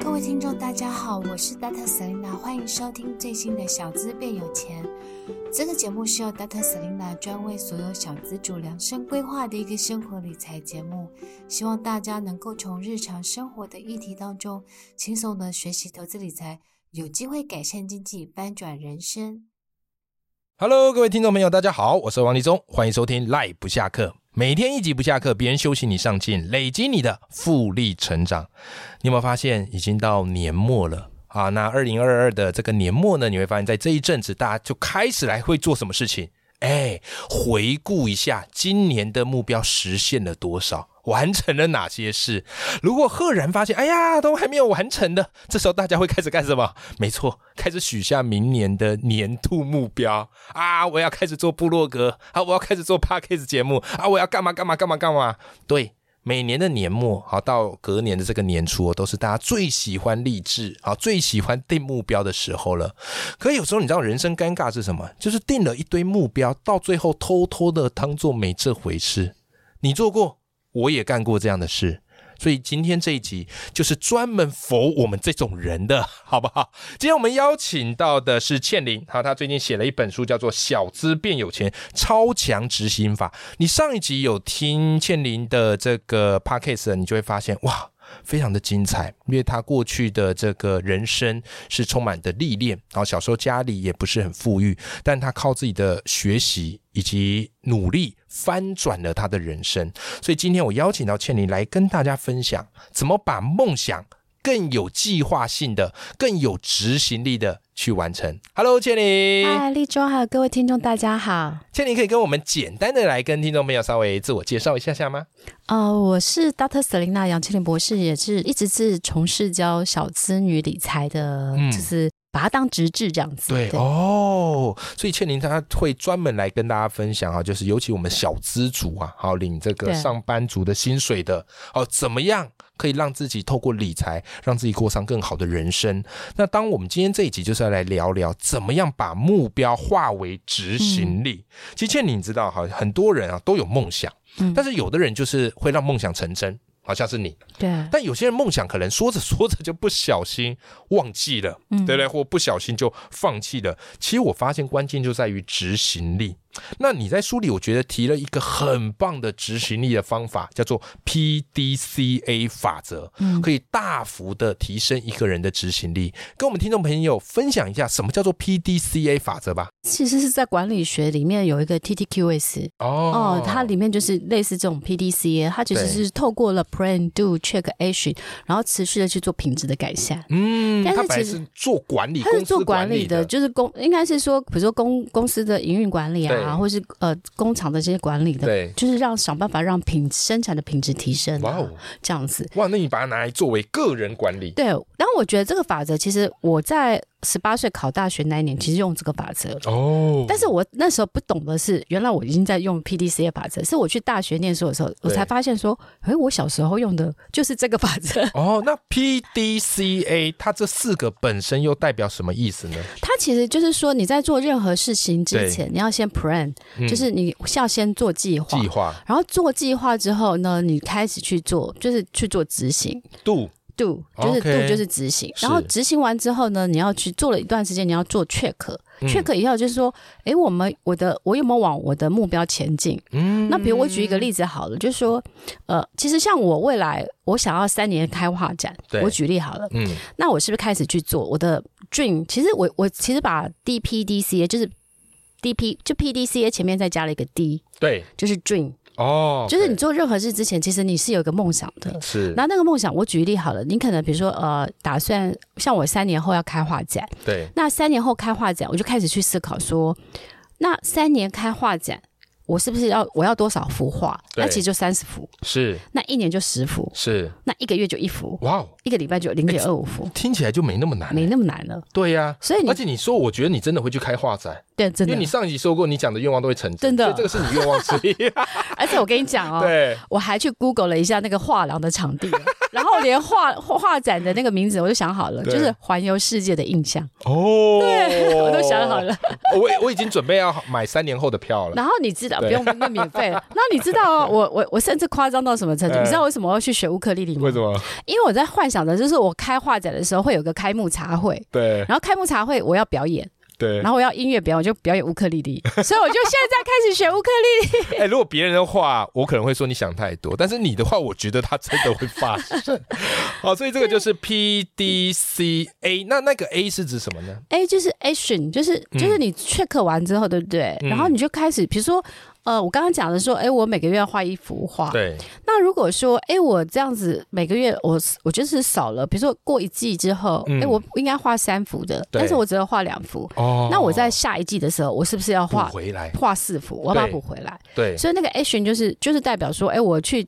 各位听众，大家好，我是 Data Selina，欢迎收听最新的《小资变有钱》。这个节目是由 Data Selina 专为所有小资主量身规划的一个生活理财节目，希望大家能够从日常生活的议题当中轻松的学习投资理财，有机会改善经济，翻转人生。 Hello，各位听众朋友，大家好，我是王立忠，欢迎收听《赖不下课》，每天一集不下课，别人休息你上进，累积你的复利成长。你有没有发现，已经到年末了啊？那二零二二的这个年末呢，你会发现在这一阵子，大家就开始来会做什么事情？哎，回顾一下今年的目标实现了多少，完成了哪些事？如果赫然发现，哎呀，都还没有完成的，这时候大家会开始干什么？没错，开始许下明年的年度目标啊！我要开始做部落格啊！我要开始做 podcast 节目啊！我要干嘛干嘛干嘛干嘛？对。每年的年末，好到隔年的这个年初、哦，都是大家最喜欢励志，好最喜欢定目标的时候了。可有时候你知道人生尴尬是什么？就是定了一堆目标，到最后偷偷的当做没这回事。你做过，我也干过这样的事。所以今天这一集就是专门否我们这种人的，好不好？今天我们邀请到的是倩玲，好，她最近写了一本书，叫做《小资变有钱：超强执行法》。你上一集有听倩玲的这个 podcast，你就会发现，哇，非常的精彩，因为他过去的这个人生是充满的历练，然后小时候家里也不是很富裕，但他靠自己的学习以及努力翻转了他的人生。所以今天我邀请到倩玲来跟大家分享，怎么把梦想更有计划性的、更有执行力的去完成。Hello，倩玲，嗨，立中，还有各位听众，大家好。倩玲可以跟我们简单的来跟听众朋友稍微自我介绍一下下吗？呃，我是 Dr. Selina 杨千林博士，也是一直是从事教小资女理财的，嗯就是把它当职志这样子。哦，所以倩玲她会专门来跟大家分享啊，就是尤其我们小资族啊，好领这个对上班族的薪水的，哦，怎么样可以让自己透过理财让自己过上更好的人生？那当我们今天这一集就是要来聊聊怎么样把目标化为执行力。其实倩玲，你知道哈，很多人啊都有梦想，嗯但是有的人就是会让梦想成真，好像是你。对，啊但有些人梦想可能说着 说着就不小心忘记了，嗯对不对？或不小心就放弃了。其实我发现关键就在于执行力。那你在书里，我觉得提了一个很棒的执行力的方法，叫做 PDCA 法则，嗯可以大幅的提升一个人的执行力。跟我们听众朋友分享一下什么叫做 PDCA 法则吧。其实是在管理学里面有一个 TTQS 哦，它里面就是类似这种 PDCA，它其实对是透过了 Plan、Do、Check、Action，然后持续的去做品质的改善。嗯，但是他本来其实是做管理，他是公司做管理理的，就是公应该是说，比如说公公司的营运管理对啊，或是呃工厂的这些管理的，对。就是让想办法让品生产的品质提升、哇啊，哦，这样子。哇！那你把它拿来作为个人管理，对，然后我觉得这个法则，其实我在十八岁考大学那一年，其实用这个法则。哦，但是我那时候不懂的是，原来我已经在用 PDCA 法则，是我去大学念书的时候，我才发现说，哎，我小时候用的就是这个法则。 哦，那 PDCA 它这四个本身又代表什么意思呢？它其实就是说，你在做任何事情对之前，你要先 plan，、嗯就是你要先做计划。计划然后做计划之后呢，你开始去做，就是去做执行度，do 就是 OK do 就是执行。是然后执行完之后呢，你要去做了一段时间，你要做 check。嗯 check 以后就是说，诶，我们我的我有没有往我的目标前进？嗯那比如我举一个例子好了，就是说，呃，其实像我未来我想要三年开画展对，我举例好了，嗯那我是不是开始去做我的 dream？其实我我其实把 DPDCA 就是 DP 就 PDCA 前面再加了一个 D，对就是 dream，哦，就是你做任何事之前，其实你是有一个梦想的。是然后那个梦想，我举例好了，你可能比如说呃，打算像我三年后要开画展，对那三年后开画展，我就开始去思考说，那三年开画展，我是不是要我要多少幅画？对那其实就三十幅，是那一年就十幅，是，那一个月就一幅，哇哦，一个礼拜就零点二五幅，听起来就没那么难欸，没那么难了。对呀、嗯所以你而且你说，我觉得你真的会去开画展，对真因为的你，上一集说过，你讲的愿望都会成真，真的所以这个是你愿望之一。而且我跟你讲 哦， 对，我还去 Google 了一下那个画廊的场地，然后连画画展的那个名字我就想好了， 对就是环游世界的印象，哦，我都想好了。哦。我我已经准备要买三年后的票了。然后你知道，对不用那免费 了。那你知 道哦，我我我甚至夸张到什么程度？嗯你知道为什么我要去学乌克丽丽吗？为什么？因为我在幻想着，就是我开画展的时候会有个开幕 茶会，对然后开幕茶会我要表演，对然，后我要音乐表演，我就表演乌克丽丽，所以我就现在开始学乌克 丽丽。哎、如果别人的话，我可能会说你想太多，但是你的话，我觉得它真的会发 生。好，所以这个就是 P D C A，那那个 A 是指什么呢？ A 哎就是 action，就是就是你 check 完之后，对不对？嗯然后你就开始，比如说，呃，我刚刚讲的说，哎，我每个月要画一幅画。对，那如果说，哎，我这样子每个月我我就是少了，比如说过一季之后，哎、嗯我应该画三幅的，对但是我只有画两幅。哦那我在下一季的时候，我是不是要补画回来，画四幅？我要把它对补回来。对所以那个 action 就是就是代表说，哎，我去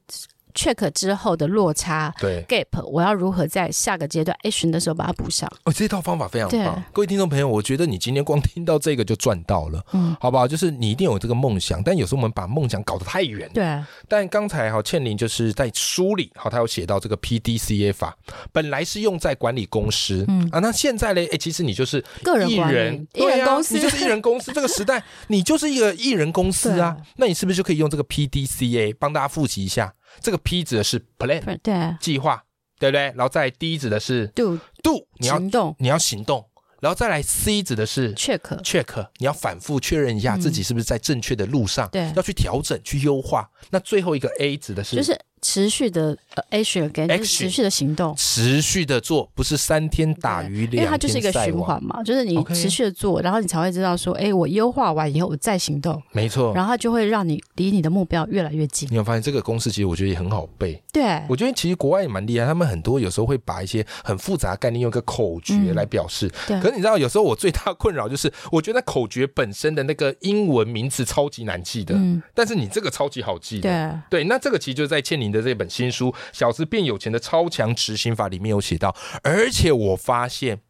check 之后的落差对， gap，我要如何在下个阶段 action 的时候把它补上？哦，这套方法非常棒对，各位听众朋友，我觉得你今天光听到这个就赚到了，嗯好不好？就是你一定有这个梦想，但有时候我们把梦想搞得太远。对啊，但刚才哈倩玲就是在书里哈，她有写到这个 PDCA 法，本来是用在管理公司，嗯啊，那现在嘞，哎、其实你就是个人艺管人理，，艺对人啊公司你就是艺人公司，这个时 代你就是一个艺人公司啊对，那你是不是就可以用这个 PDCA 帮大家复习一下？这个 P 指的是 plan 不是对啊计划，对不对？然后再 D 指的是，do do，你要行动你要行动，然后再来 C 指的是 check， check，你要反复确认一下嗯自己是不是在正确的路上，对要去调整、去优化。那最后一个 A 指的是就是持续的呃 action 跟 Action 就是持续的行动。持续的做，不是三天打鱼因为两它就是一个天晒循网，环嘛，就是你 OK 持续的做然后你才会知道说，哎，我优化完以后我再行动，没错。然后它就会让你离你的目标越来越近。你有发现这个公式其实我觉得也很好背，对，我觉得其实国外也蛮厉害，他们很多有时候会把一些很复杂的概念用一个口诀嗯来表示。对可是你知道，有时候我最大的困扰就是，我觉得口诀本身的那个英文名词超级难记的，嗯，但是你这个超级好记的。对，对，那这个其实就是在倩玲的这本新书《小资变有钱的超强执行法》里面有写到，而且我发现。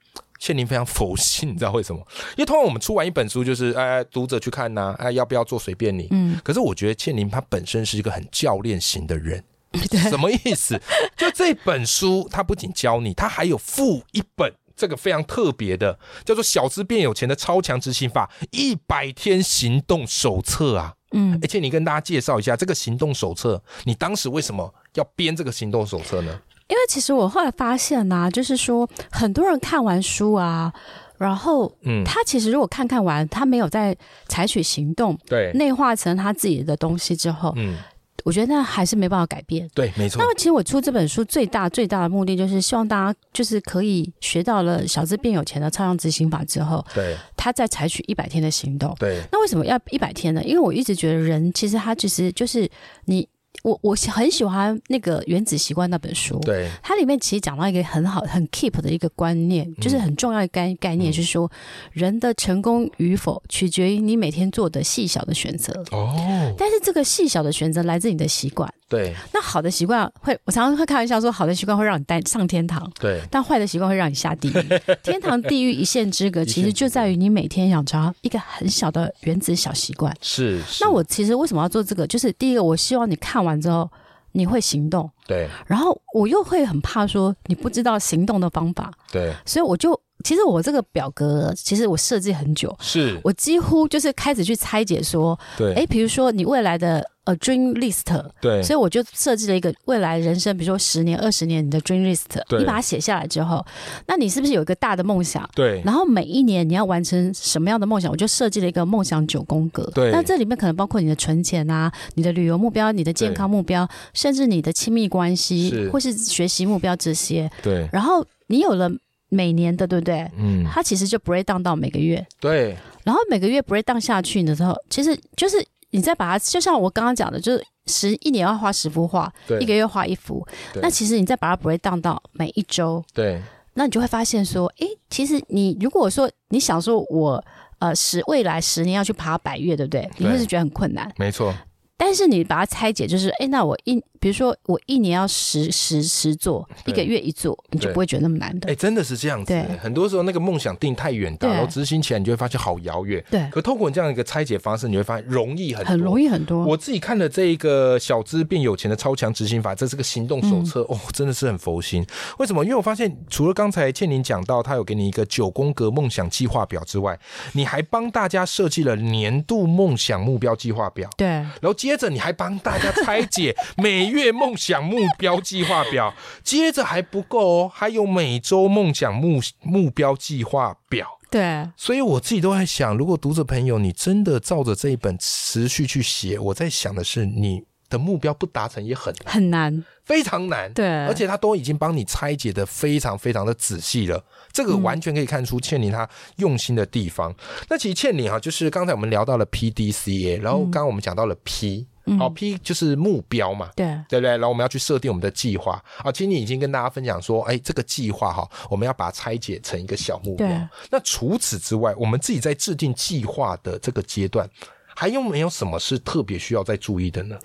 倩玲非常佛系，你知道为什么？因为通常我们出完一本书，就是哎，读者去看呐、哎、要不要做随便你。嗯，可是我觉得倩玲她本身是一个很教练型的人， 对 什么意思？就这本书，它不仅教你，它还有附一本这个非常特别的，叫做《小资变有钱的超强执行法一百天行动手册》啊。嗯而，且你跟大家介绍一下这个行动手册，你当时为什么要编这个行动手册呢？因为其实我后来发现呐、就是说很多人看完书啊，然后嗯，他其实如果看看完，他没有在采取行动，对，内化成他自己的东西之后，嗯，我觉得那还是没办法改变。对，没错那，么，其实我出这本书最大最大的目的，就是希望大家就是可以学到了小资变有钱的超量执行法之后，对他再采取一百天的行动。对那为什么要一百天呢？因为我一直觉得人其实他其实就是你，我我很喜欢那个《原子习惯》那本书，对它里面其实讲到一个很好、很 keep 的一个观念，就是很重要的概概念，就是说人的成功与否取决于你每天做的细小的选择。哦，但是这个细小的选择来自你的习惯，对那好的习惯会，我常常会开玩笑说，好的习惯会让你带上天堂，对但坏的习惯会让你下地狱。天堂、地狱一线之隔，线其实就在于你每天养成一个很小的原子小习惯。是。是那我其实为什么要做这个？就是第一个，我希望你看完之后你会行动，对然后我又会很怕说你不知道行动的方法，对所以我就其实我这个表格其实我设计很久，是，我几乎就是开始去拆解说，对诶，比如说你未来的呃 dream list，对哎所以我就设计了一个未来人生，比如说十年、二十年你的 dream list，对你把它写下来之后，那你是不是有一个大的梦想？对然后每一年你要完成什么样的梦想，我就设计了一个梦想九宫格。对那这里面可能包括你的存钱啊、你的旅游目标、你的健康目标，甚至你的亲密关是系或是学习目标这些。对，然后你有了每年的，对不对？嗯，它其实就 break down 到每个月，对然后每个月 break down 下去的时候，其实就是你再把它，就像我刚刚讲的，就是十一年要画十幅画，对一个月画一幅，对那其实你再把它 break down 到每一周，对那你就会发现说，诶，其实你如果说你想说我呃十未来十年要去爬百越，对不对？你对会是觉得很困难，没错，但是你把它拆解，就是诶，那我一比如说我一年要十十十座，一对个月一座，你就对不会觉得那么难哎、的。真的是这样子对。很多时候那个梦想定太远大，对然后执行起来你就会发现好遥远。对，可透过你这样一个拆解方式，你会发现容易很多，很容易很多。我自己看了这一个《小资变有钱的超强执行法》，这是个行动手册、哦，真的是很佛心。为什么？因为我发现，除了刚才倩玲讲到，她有给你一个九宫格梦想计划表之外，你还帮大家设计了年度梦想目标计划表。 对，然后接着你还帮大家拆解每月梦想目标计划表，接着还不够哦，还有每周梦想目目标计划表。对，所以我自己都在想，如果读者朋友你真的照着这一本持续去写，我在想的是你的目标不达成也很难，很难。非常难。对而且他都已经帮你拆解的非常非常的仔细了，这个完全可以看出倩玲她用心的地方。那其实倩玲哈，就是刚才我们聊到了 PDCA，然后刚刚我们讲到了 P，好、P 就是目标嘛，对，对不对？然后我们要去设定我们的计划啊。其实你已经跟大家分享说，哎，这个计划哈，我们要把它拆解成一个小目标对。那除此之外，我们自己在制定计划的这个阶段，还有没有什么是特别需要再注意的呢？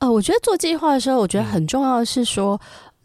呃，我觉得做计划的时候，我嗯觉得很重要的是说，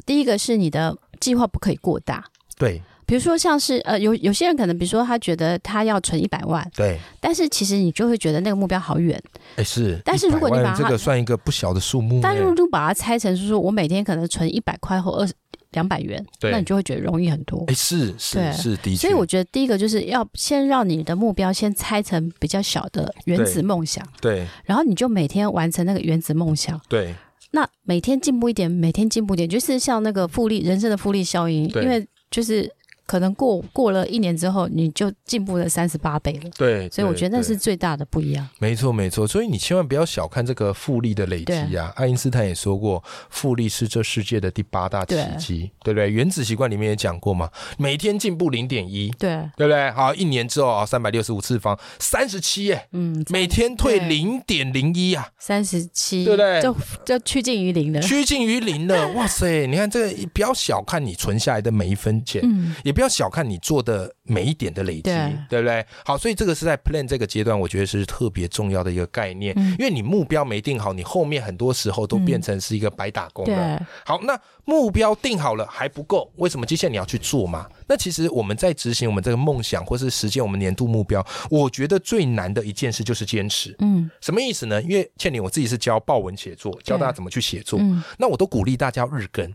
第一个是你的计划不可以过大。对比如说，像是呃，有有些人可能，比如说他觉得他要存一百万，对，但是其实你就会觉得那个目标好远。哎是。但是如果你100万把它这个算一个不小的数目，但如哎果就把它拆成是说我每天可能存一百块或二两百元，对那你就会觉得容易很多哎。是是对是的确，所以我觉得第一个就是要先让你的目标先拆成比较小的原子梦想，对然后你就每天完成那个原子梦想。对那每天进步一点，每天进步一点，就是像那个复利人生的复利效应，对因为就是可能过过了一年之后，你就进步了三十八倍了。对，所以我觉得那对是最大的不一样。没错，没错。所以你千万不要小看这个复利的累积啊！爱因斯坦也说过，复利是这世界的第八大奇迹，对不对？原子习惯里面也讲过嘛，每天进步零点一，对，对不对？好，一年之后啊，三百六十五次方，三十七耶，嗯，每天退对零点零一啊，三十七，对不对就就趋近于零了。趋近于零了。哇塞，你看这个，不要小看你存下来的每一分钱，嗯，也不要小看你做的每一点的累积，对对不对？好，所以这个是在 plan 这个阶段，我觉得是特别重要的一个概念，嗯因为你目标没定好，你后面很多时候都变成是一个白打工了。对，好，那目标定好了还不够，为什么接下来你要去做嘛？那其实我们在执行我们这个梦想或是实现我们年度目标，我觉得最难的一件事就是坚持。 嗯什么意思呢？因为倩玲我自己是教报文写作，教大家怎么去写作，嗯，那我都鼓励大家日更。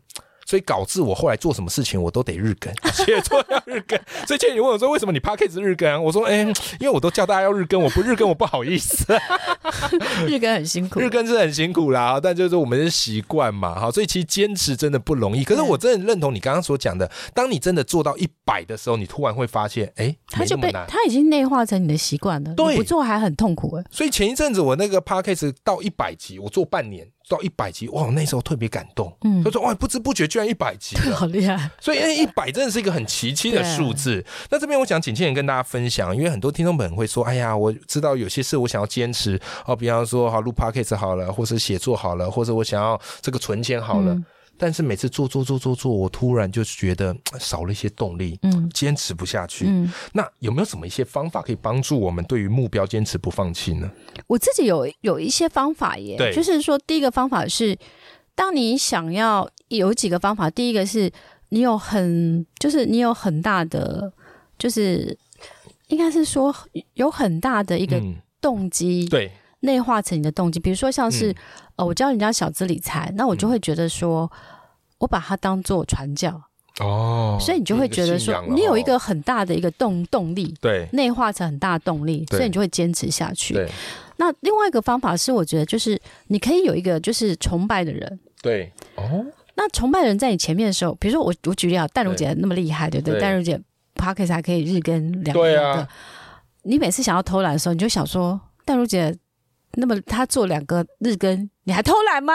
所以导致我后来做什么事情我都得日更， 写作要日更。所以倩你问我说为什么你 p a c k a g e 日更、啊？我说哎、因为我都叫大家要日更，我不日更我不好意思、日更很辛 苦日。更是很辛苦啦，但就是我们是习惯嘛，好，所以其实坚持真的不容易。可是我真的认同你刚刚所讲的，当你真的做到一百的时候，你突然会发现，哎、它没就那么被难。它已经内化成你的习惯了，对你不做还很痛苦哎。所以前一阵子我那个 p a c k a g e 到一百集，我做半年到一百集，哇，我那时候特别感动。嗯他，说哇，不知不觉居然一百 集了。好厉害。所以，哎，一百真的是一个很奇迹的数字。啊那这边我想请倩人跟大家分享，因为很多听众朋友会说：“哎呀，我知道有些事我想要坚持，哦，比方说好录 podcast 好了，或是写作好了，或者我想要这个存钱好了。嗯但是每次做做做做做，我突然就觉得呃少了一些动力，嗯坚持不下去。嗯，那有没有什么一些方法可以帮助我们对于目标坚持不放弃呢？我自己有有一些方法耶对，就是说，第一个方法是，当你想要有几个方法，第一个是你有很，就是你有很大的，就是应该是说有很大的一个嗯，动机，对，内化成你的动机。比如说像是、嗯呃，我教人家小资理财，那我就会觉得说。我把它当做传教，哦，所以你就会觉得信说仰，了你有一哦个很大的一个动动力，对内化成很大的动力，对所以你就会坚持下去。对那另外一个方法是，我觉得就是你可以有一个就是崇拜的人。对 哦，那崇拜的人在你前面的时候，比如说我我举例啊，淡如姐那么厉害，对不对？对淡如姐 p o c k e t 还可以日更两对个、啊你每次想要偷懒的时候，你就想说，淡如姐那么她做两个日更，你还偷 懒吗？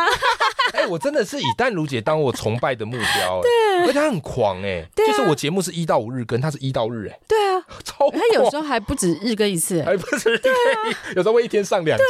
哎、我真的是以淡如姐当我崇拜的目标、哎而且她很狂哎、对啊就是我节目是一到五日更，她是一到日哎、对啊，超狂他。有时候还不止日更 一次、还不是、啊有时候会一天上两集，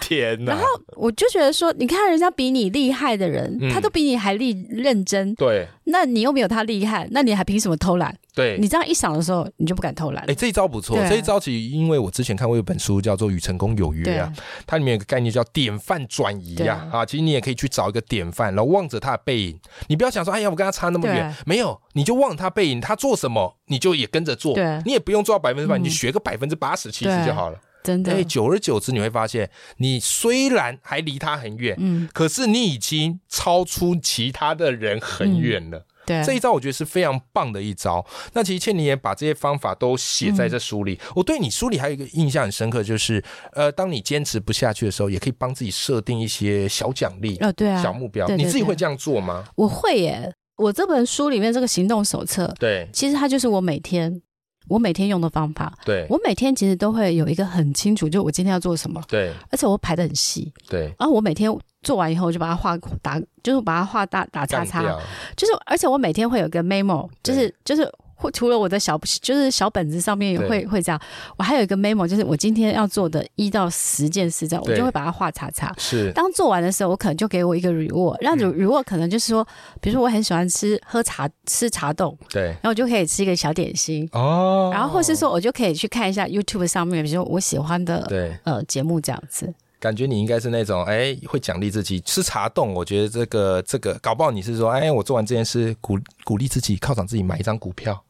天哪！啊然后我就觉得说，你看人家比你厉害的人，嗯他都比你还厉认真，对那你又没有他厉害，那你还凭什么偷懒？对，你这样一想的时候，你就不敢偷懒哎、。这一招不错。对啊这一招其实因为我之前看过一本书叫做《与成功有约》对啊啊，它里面有个概念叫典范转移对呀啊啊其实你也可以去找一个典范，然后望着他的背影，你不要想说，哎呀，我跟他差那么对远，没有，你就望他背影，他做什么你就也跟着做对，你也不用做到百分之百，嗯你学个百分之八十、七十对就好了。真的哎，，久而久之你会发现，你虽然还离他很远，嗯，可是你已经超出其他的人嗯很远了。对，啊这一招我觉得是非常棒的一招。那其实倩妮也把这些方法都写嗯在这书里。我对你书里还有一个印象很深刻，就是呃，当你坚持不下去的时候，也可以帮自己设定一些小奖励、哦，对啊，小目标。对对你自己会对这样做吗？我会耶。我这本书里面这个行动手册，对其实它就是我每天我每天用的方法。对我每天其实都会有一个很清楚，就我今天要做什么，对而且我排的很细。对，然后我每天做完以后，我就把它画打，就是把它画大打叉干叉。掉。就是而且我每天会有一个 memo，对就是就是。会除了我的小就是小本子上面也对会会这样，我还有一个 memo，就是我今天要做的一到十件事，这样我对就会把它画叉叉。是当做完的时候，我可能就给我一个 reward，让嗯 reward 可能就是说，比如说我很喜欢吃喝茶吃茶冻，对然后我就可以吃一个小点心，哦，然后或是说我就可以去看一下 YouTube 上面，比如说我喜欢的对，呃节目这样子。感觉你应该是那种哎会奖励自己吃茶冻。我觉得这个这个，搞不好你是说哎我做完这件事鼓鼓励自己犒赏自己买一张股票。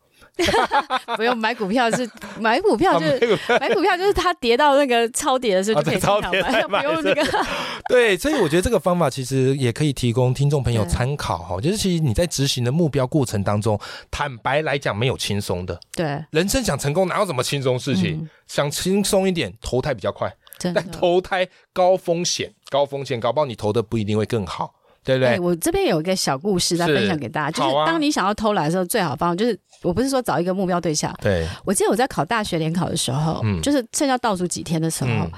不用买股票是 买股票就啊买是买股票就是它跌到那个超跌的时候就可啊以对经常超跌再买，买 不用那个。 对，所以我觉得这个方法其实也可以提供听众朋友对参考哈，就是其实你在执行的目标过程当中，坦白来讲没有轻松的，对，人生想成功哪有什么轻松事情？嗯想轻松一点，投胎比较快，真的但。投胎高风险，高风险，搞不好你投的不一定会更好， 对不对？哎，我这边有一个小故事来是分享给大家，就好啊是当你想要偷懒的时候，最好方法就是，我不是说找一个目标对象，对，我记得我在考大学联考的时候，嗯就是剩下倒数几天的时候，嗯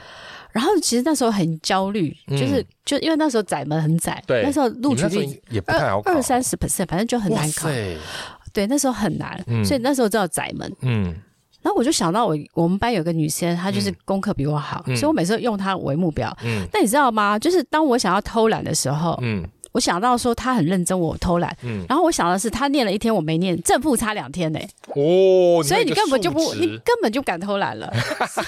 然后其实那时候很焦虑，嗯就是就因为那时候窄门很窄，对那时候你录取那时候率也不太二好搞，二三十 percent，反正就很哇难考，塞，对，那时候很难，嗯所以那时候叫窄门。嗯，然后我就想到我我们班有个女生，她就是嗯功课比我好，嗯所以我每次都用她为目标。嗯但你知道吗？就是当我想要偷懒的时候，嗯我想到说她很认真，我偷懒。嗯，然后我想的是，她念了一天，我没念，正负差两天呢、哦，所以那你个根本就数不，值你根本就不敢偷懒了。所以，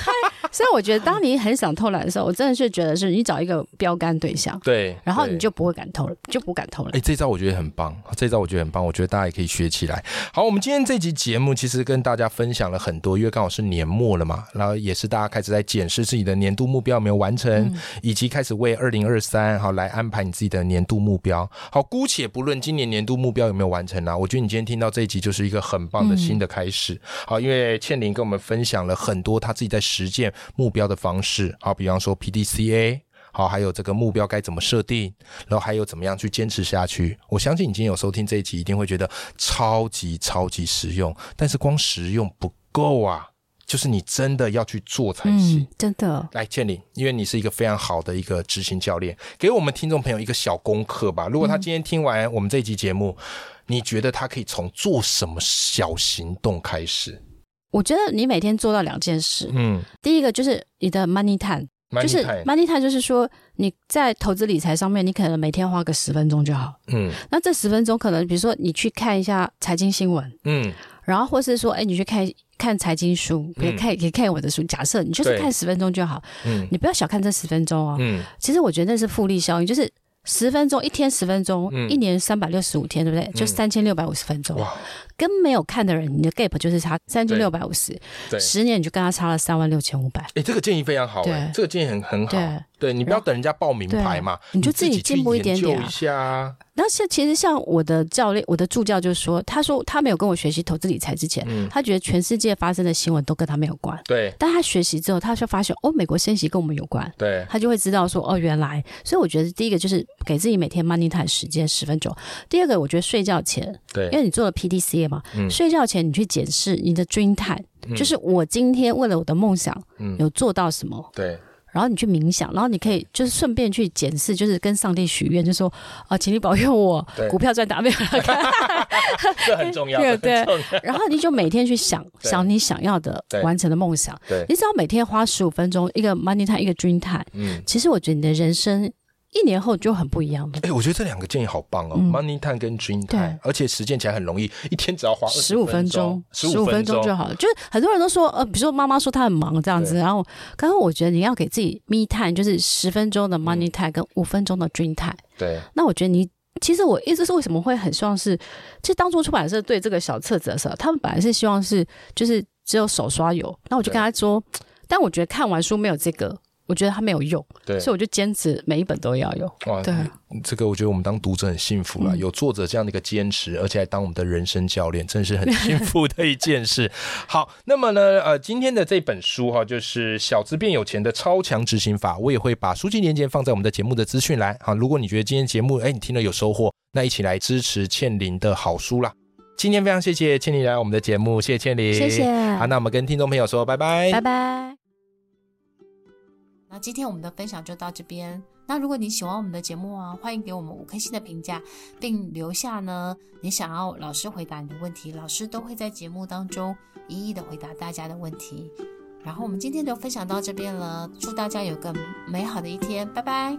所以我觉得，当你很想偷懒的时候，我真的是觉得是你找一个标杆对象，对，然后对你就不会敢偷，就不敢偷哎、懒。这招我觉得很棒，这招我觉得很棒，我觉得大家也可以学起来。好，我们今天这集节目其实跟大家分享了很多，因为刚好是年末了嘛，然后也是大家开始在检视自己的年度目标有没有完成，以及开始为二零二三好来安排你自己的年度目标。好，姑且不论今年年度目标有没有完成啊，我觉得你今天听到这一集就是一个很棒的新的开始。好，因为倩玲跟我们分享了很多她自己在实践目标的方式，好，比方说 PDCA。好，还有这个目标该怎么设定，然后还有怎么样去坚持下去。我相信你今天有收听这一集，一定会觉得超级超级实用。但是光实用不够啊，就是你真的要去做才行。嗯，真的，来，倩玲，因为你是一个非常好的一个执行教练，给我们听众朋友一个小功课吧。如果他嗯今天听完我们这一集节目，你觉得他可以从做什么小行动开始？我觉得你每天做到两件事，嗯，第一个就是你的 money time，蛮就厉是害。 money time 就是说你在投资理财上面，你可能每天花个十分钟就好。嗯那这十分钟可能比如说你去看一下财经新闻，嗯，然后或是说，哎，你去看看财经书，可以看可以看我的书。假设你就是对看十分钟就好，嗯你不要小看这十分钟哦。嗯，其实我觉得那是复利效应，就是十分钟一天十分钟，嗯一年三百六十五天，对不对？就三千六百五十分钟，哇，跟没有看的人，你的 gap 就是差三千六百五十，对。十年你就跟他差了三万六千五百。哎、这个建议非常好、对哎，这个建议很很好。对你不要等人家报名牌嘛，对你就自己自己进步一点点啊去研究一下啊。那像其实像我的教练，我的助教就说，他说他没有跟我学习投资理财之前，嗯，他觉得全世界发生的新闻都跟他没有关。对但他学习之后，他就发现哦，美国升息跟我们有关，对，他就会知道说哦，原来。所以我觉得第一个就是给自己每天 money time 时间十分钟。第二个，我觉得睡觉前，对，因为你做了 PDCA 嘛，嗯睡觉前你去检视你的 dream time，、嗯就是我今天为了我的梦想嗯有做到什么。对然后你去冥想，然后你可以就是顺便去检视，就是跟上帝许愿，就说啊，请你保佑我对股票赚大没有啦？ 这很重要， 对这很重要然后你就每天去想对想你想要的对完成的梦想，对你只要每天花十五分钟，一个 money time，一个 dream time，嗯。其实我觉得你的人生一年后就很不一样了。哎、我觉得这两个建议好棒哦、嗯 m o n e y Time 跟 Dream 对 Time，而且实践起来很容易，一天只要花十五分钟钟，，十15五分钟就好了。就是很多人都说，呃，比如说妈妈说她很忙这样子，对然后刚刚我觉得你要给自己 me time，就是十分钟的 money time 跟五分钟的 dream time。对，那我觉得你其实我一直是为什么会很希望是，其实当初出版社对这个小册子的时候，他们本来是希望是就是只有手刷有，那我就跟他说，但我觉得看完书没有这个，我觉得它没有用，对所以我就坚持每一本都要有。哇，对嗯这个我觉得我们当读者很幸福啦，有作者这样的一个坚持，而且还当我们的人生教练，真是很幸福的一件 事。好，那么呢，呃，今天的这本书哈，就是《小资变有钱的超强执行法》，我也会把书籍链接放在我们的节目的资讯栏。好，如果你觉得今天节目哎你听了有收获，那一起来支持倩玲的好书啦。今天非常谢谢倩玲来我们的节目，谢谢倩玲，谢谢，好，那我们跟听众朋友说拜拜，拜拜。那今天我们的分享就到这边。那如果你喜欢我们的节目啊，欢迎给我们五颗星的评价，并留下呢你想要老师回答你的问题，老师都会在节目当中一一的回答大家的问题。然后我们今天就分享到这边了，祝大家有个美好的一天，拜拜。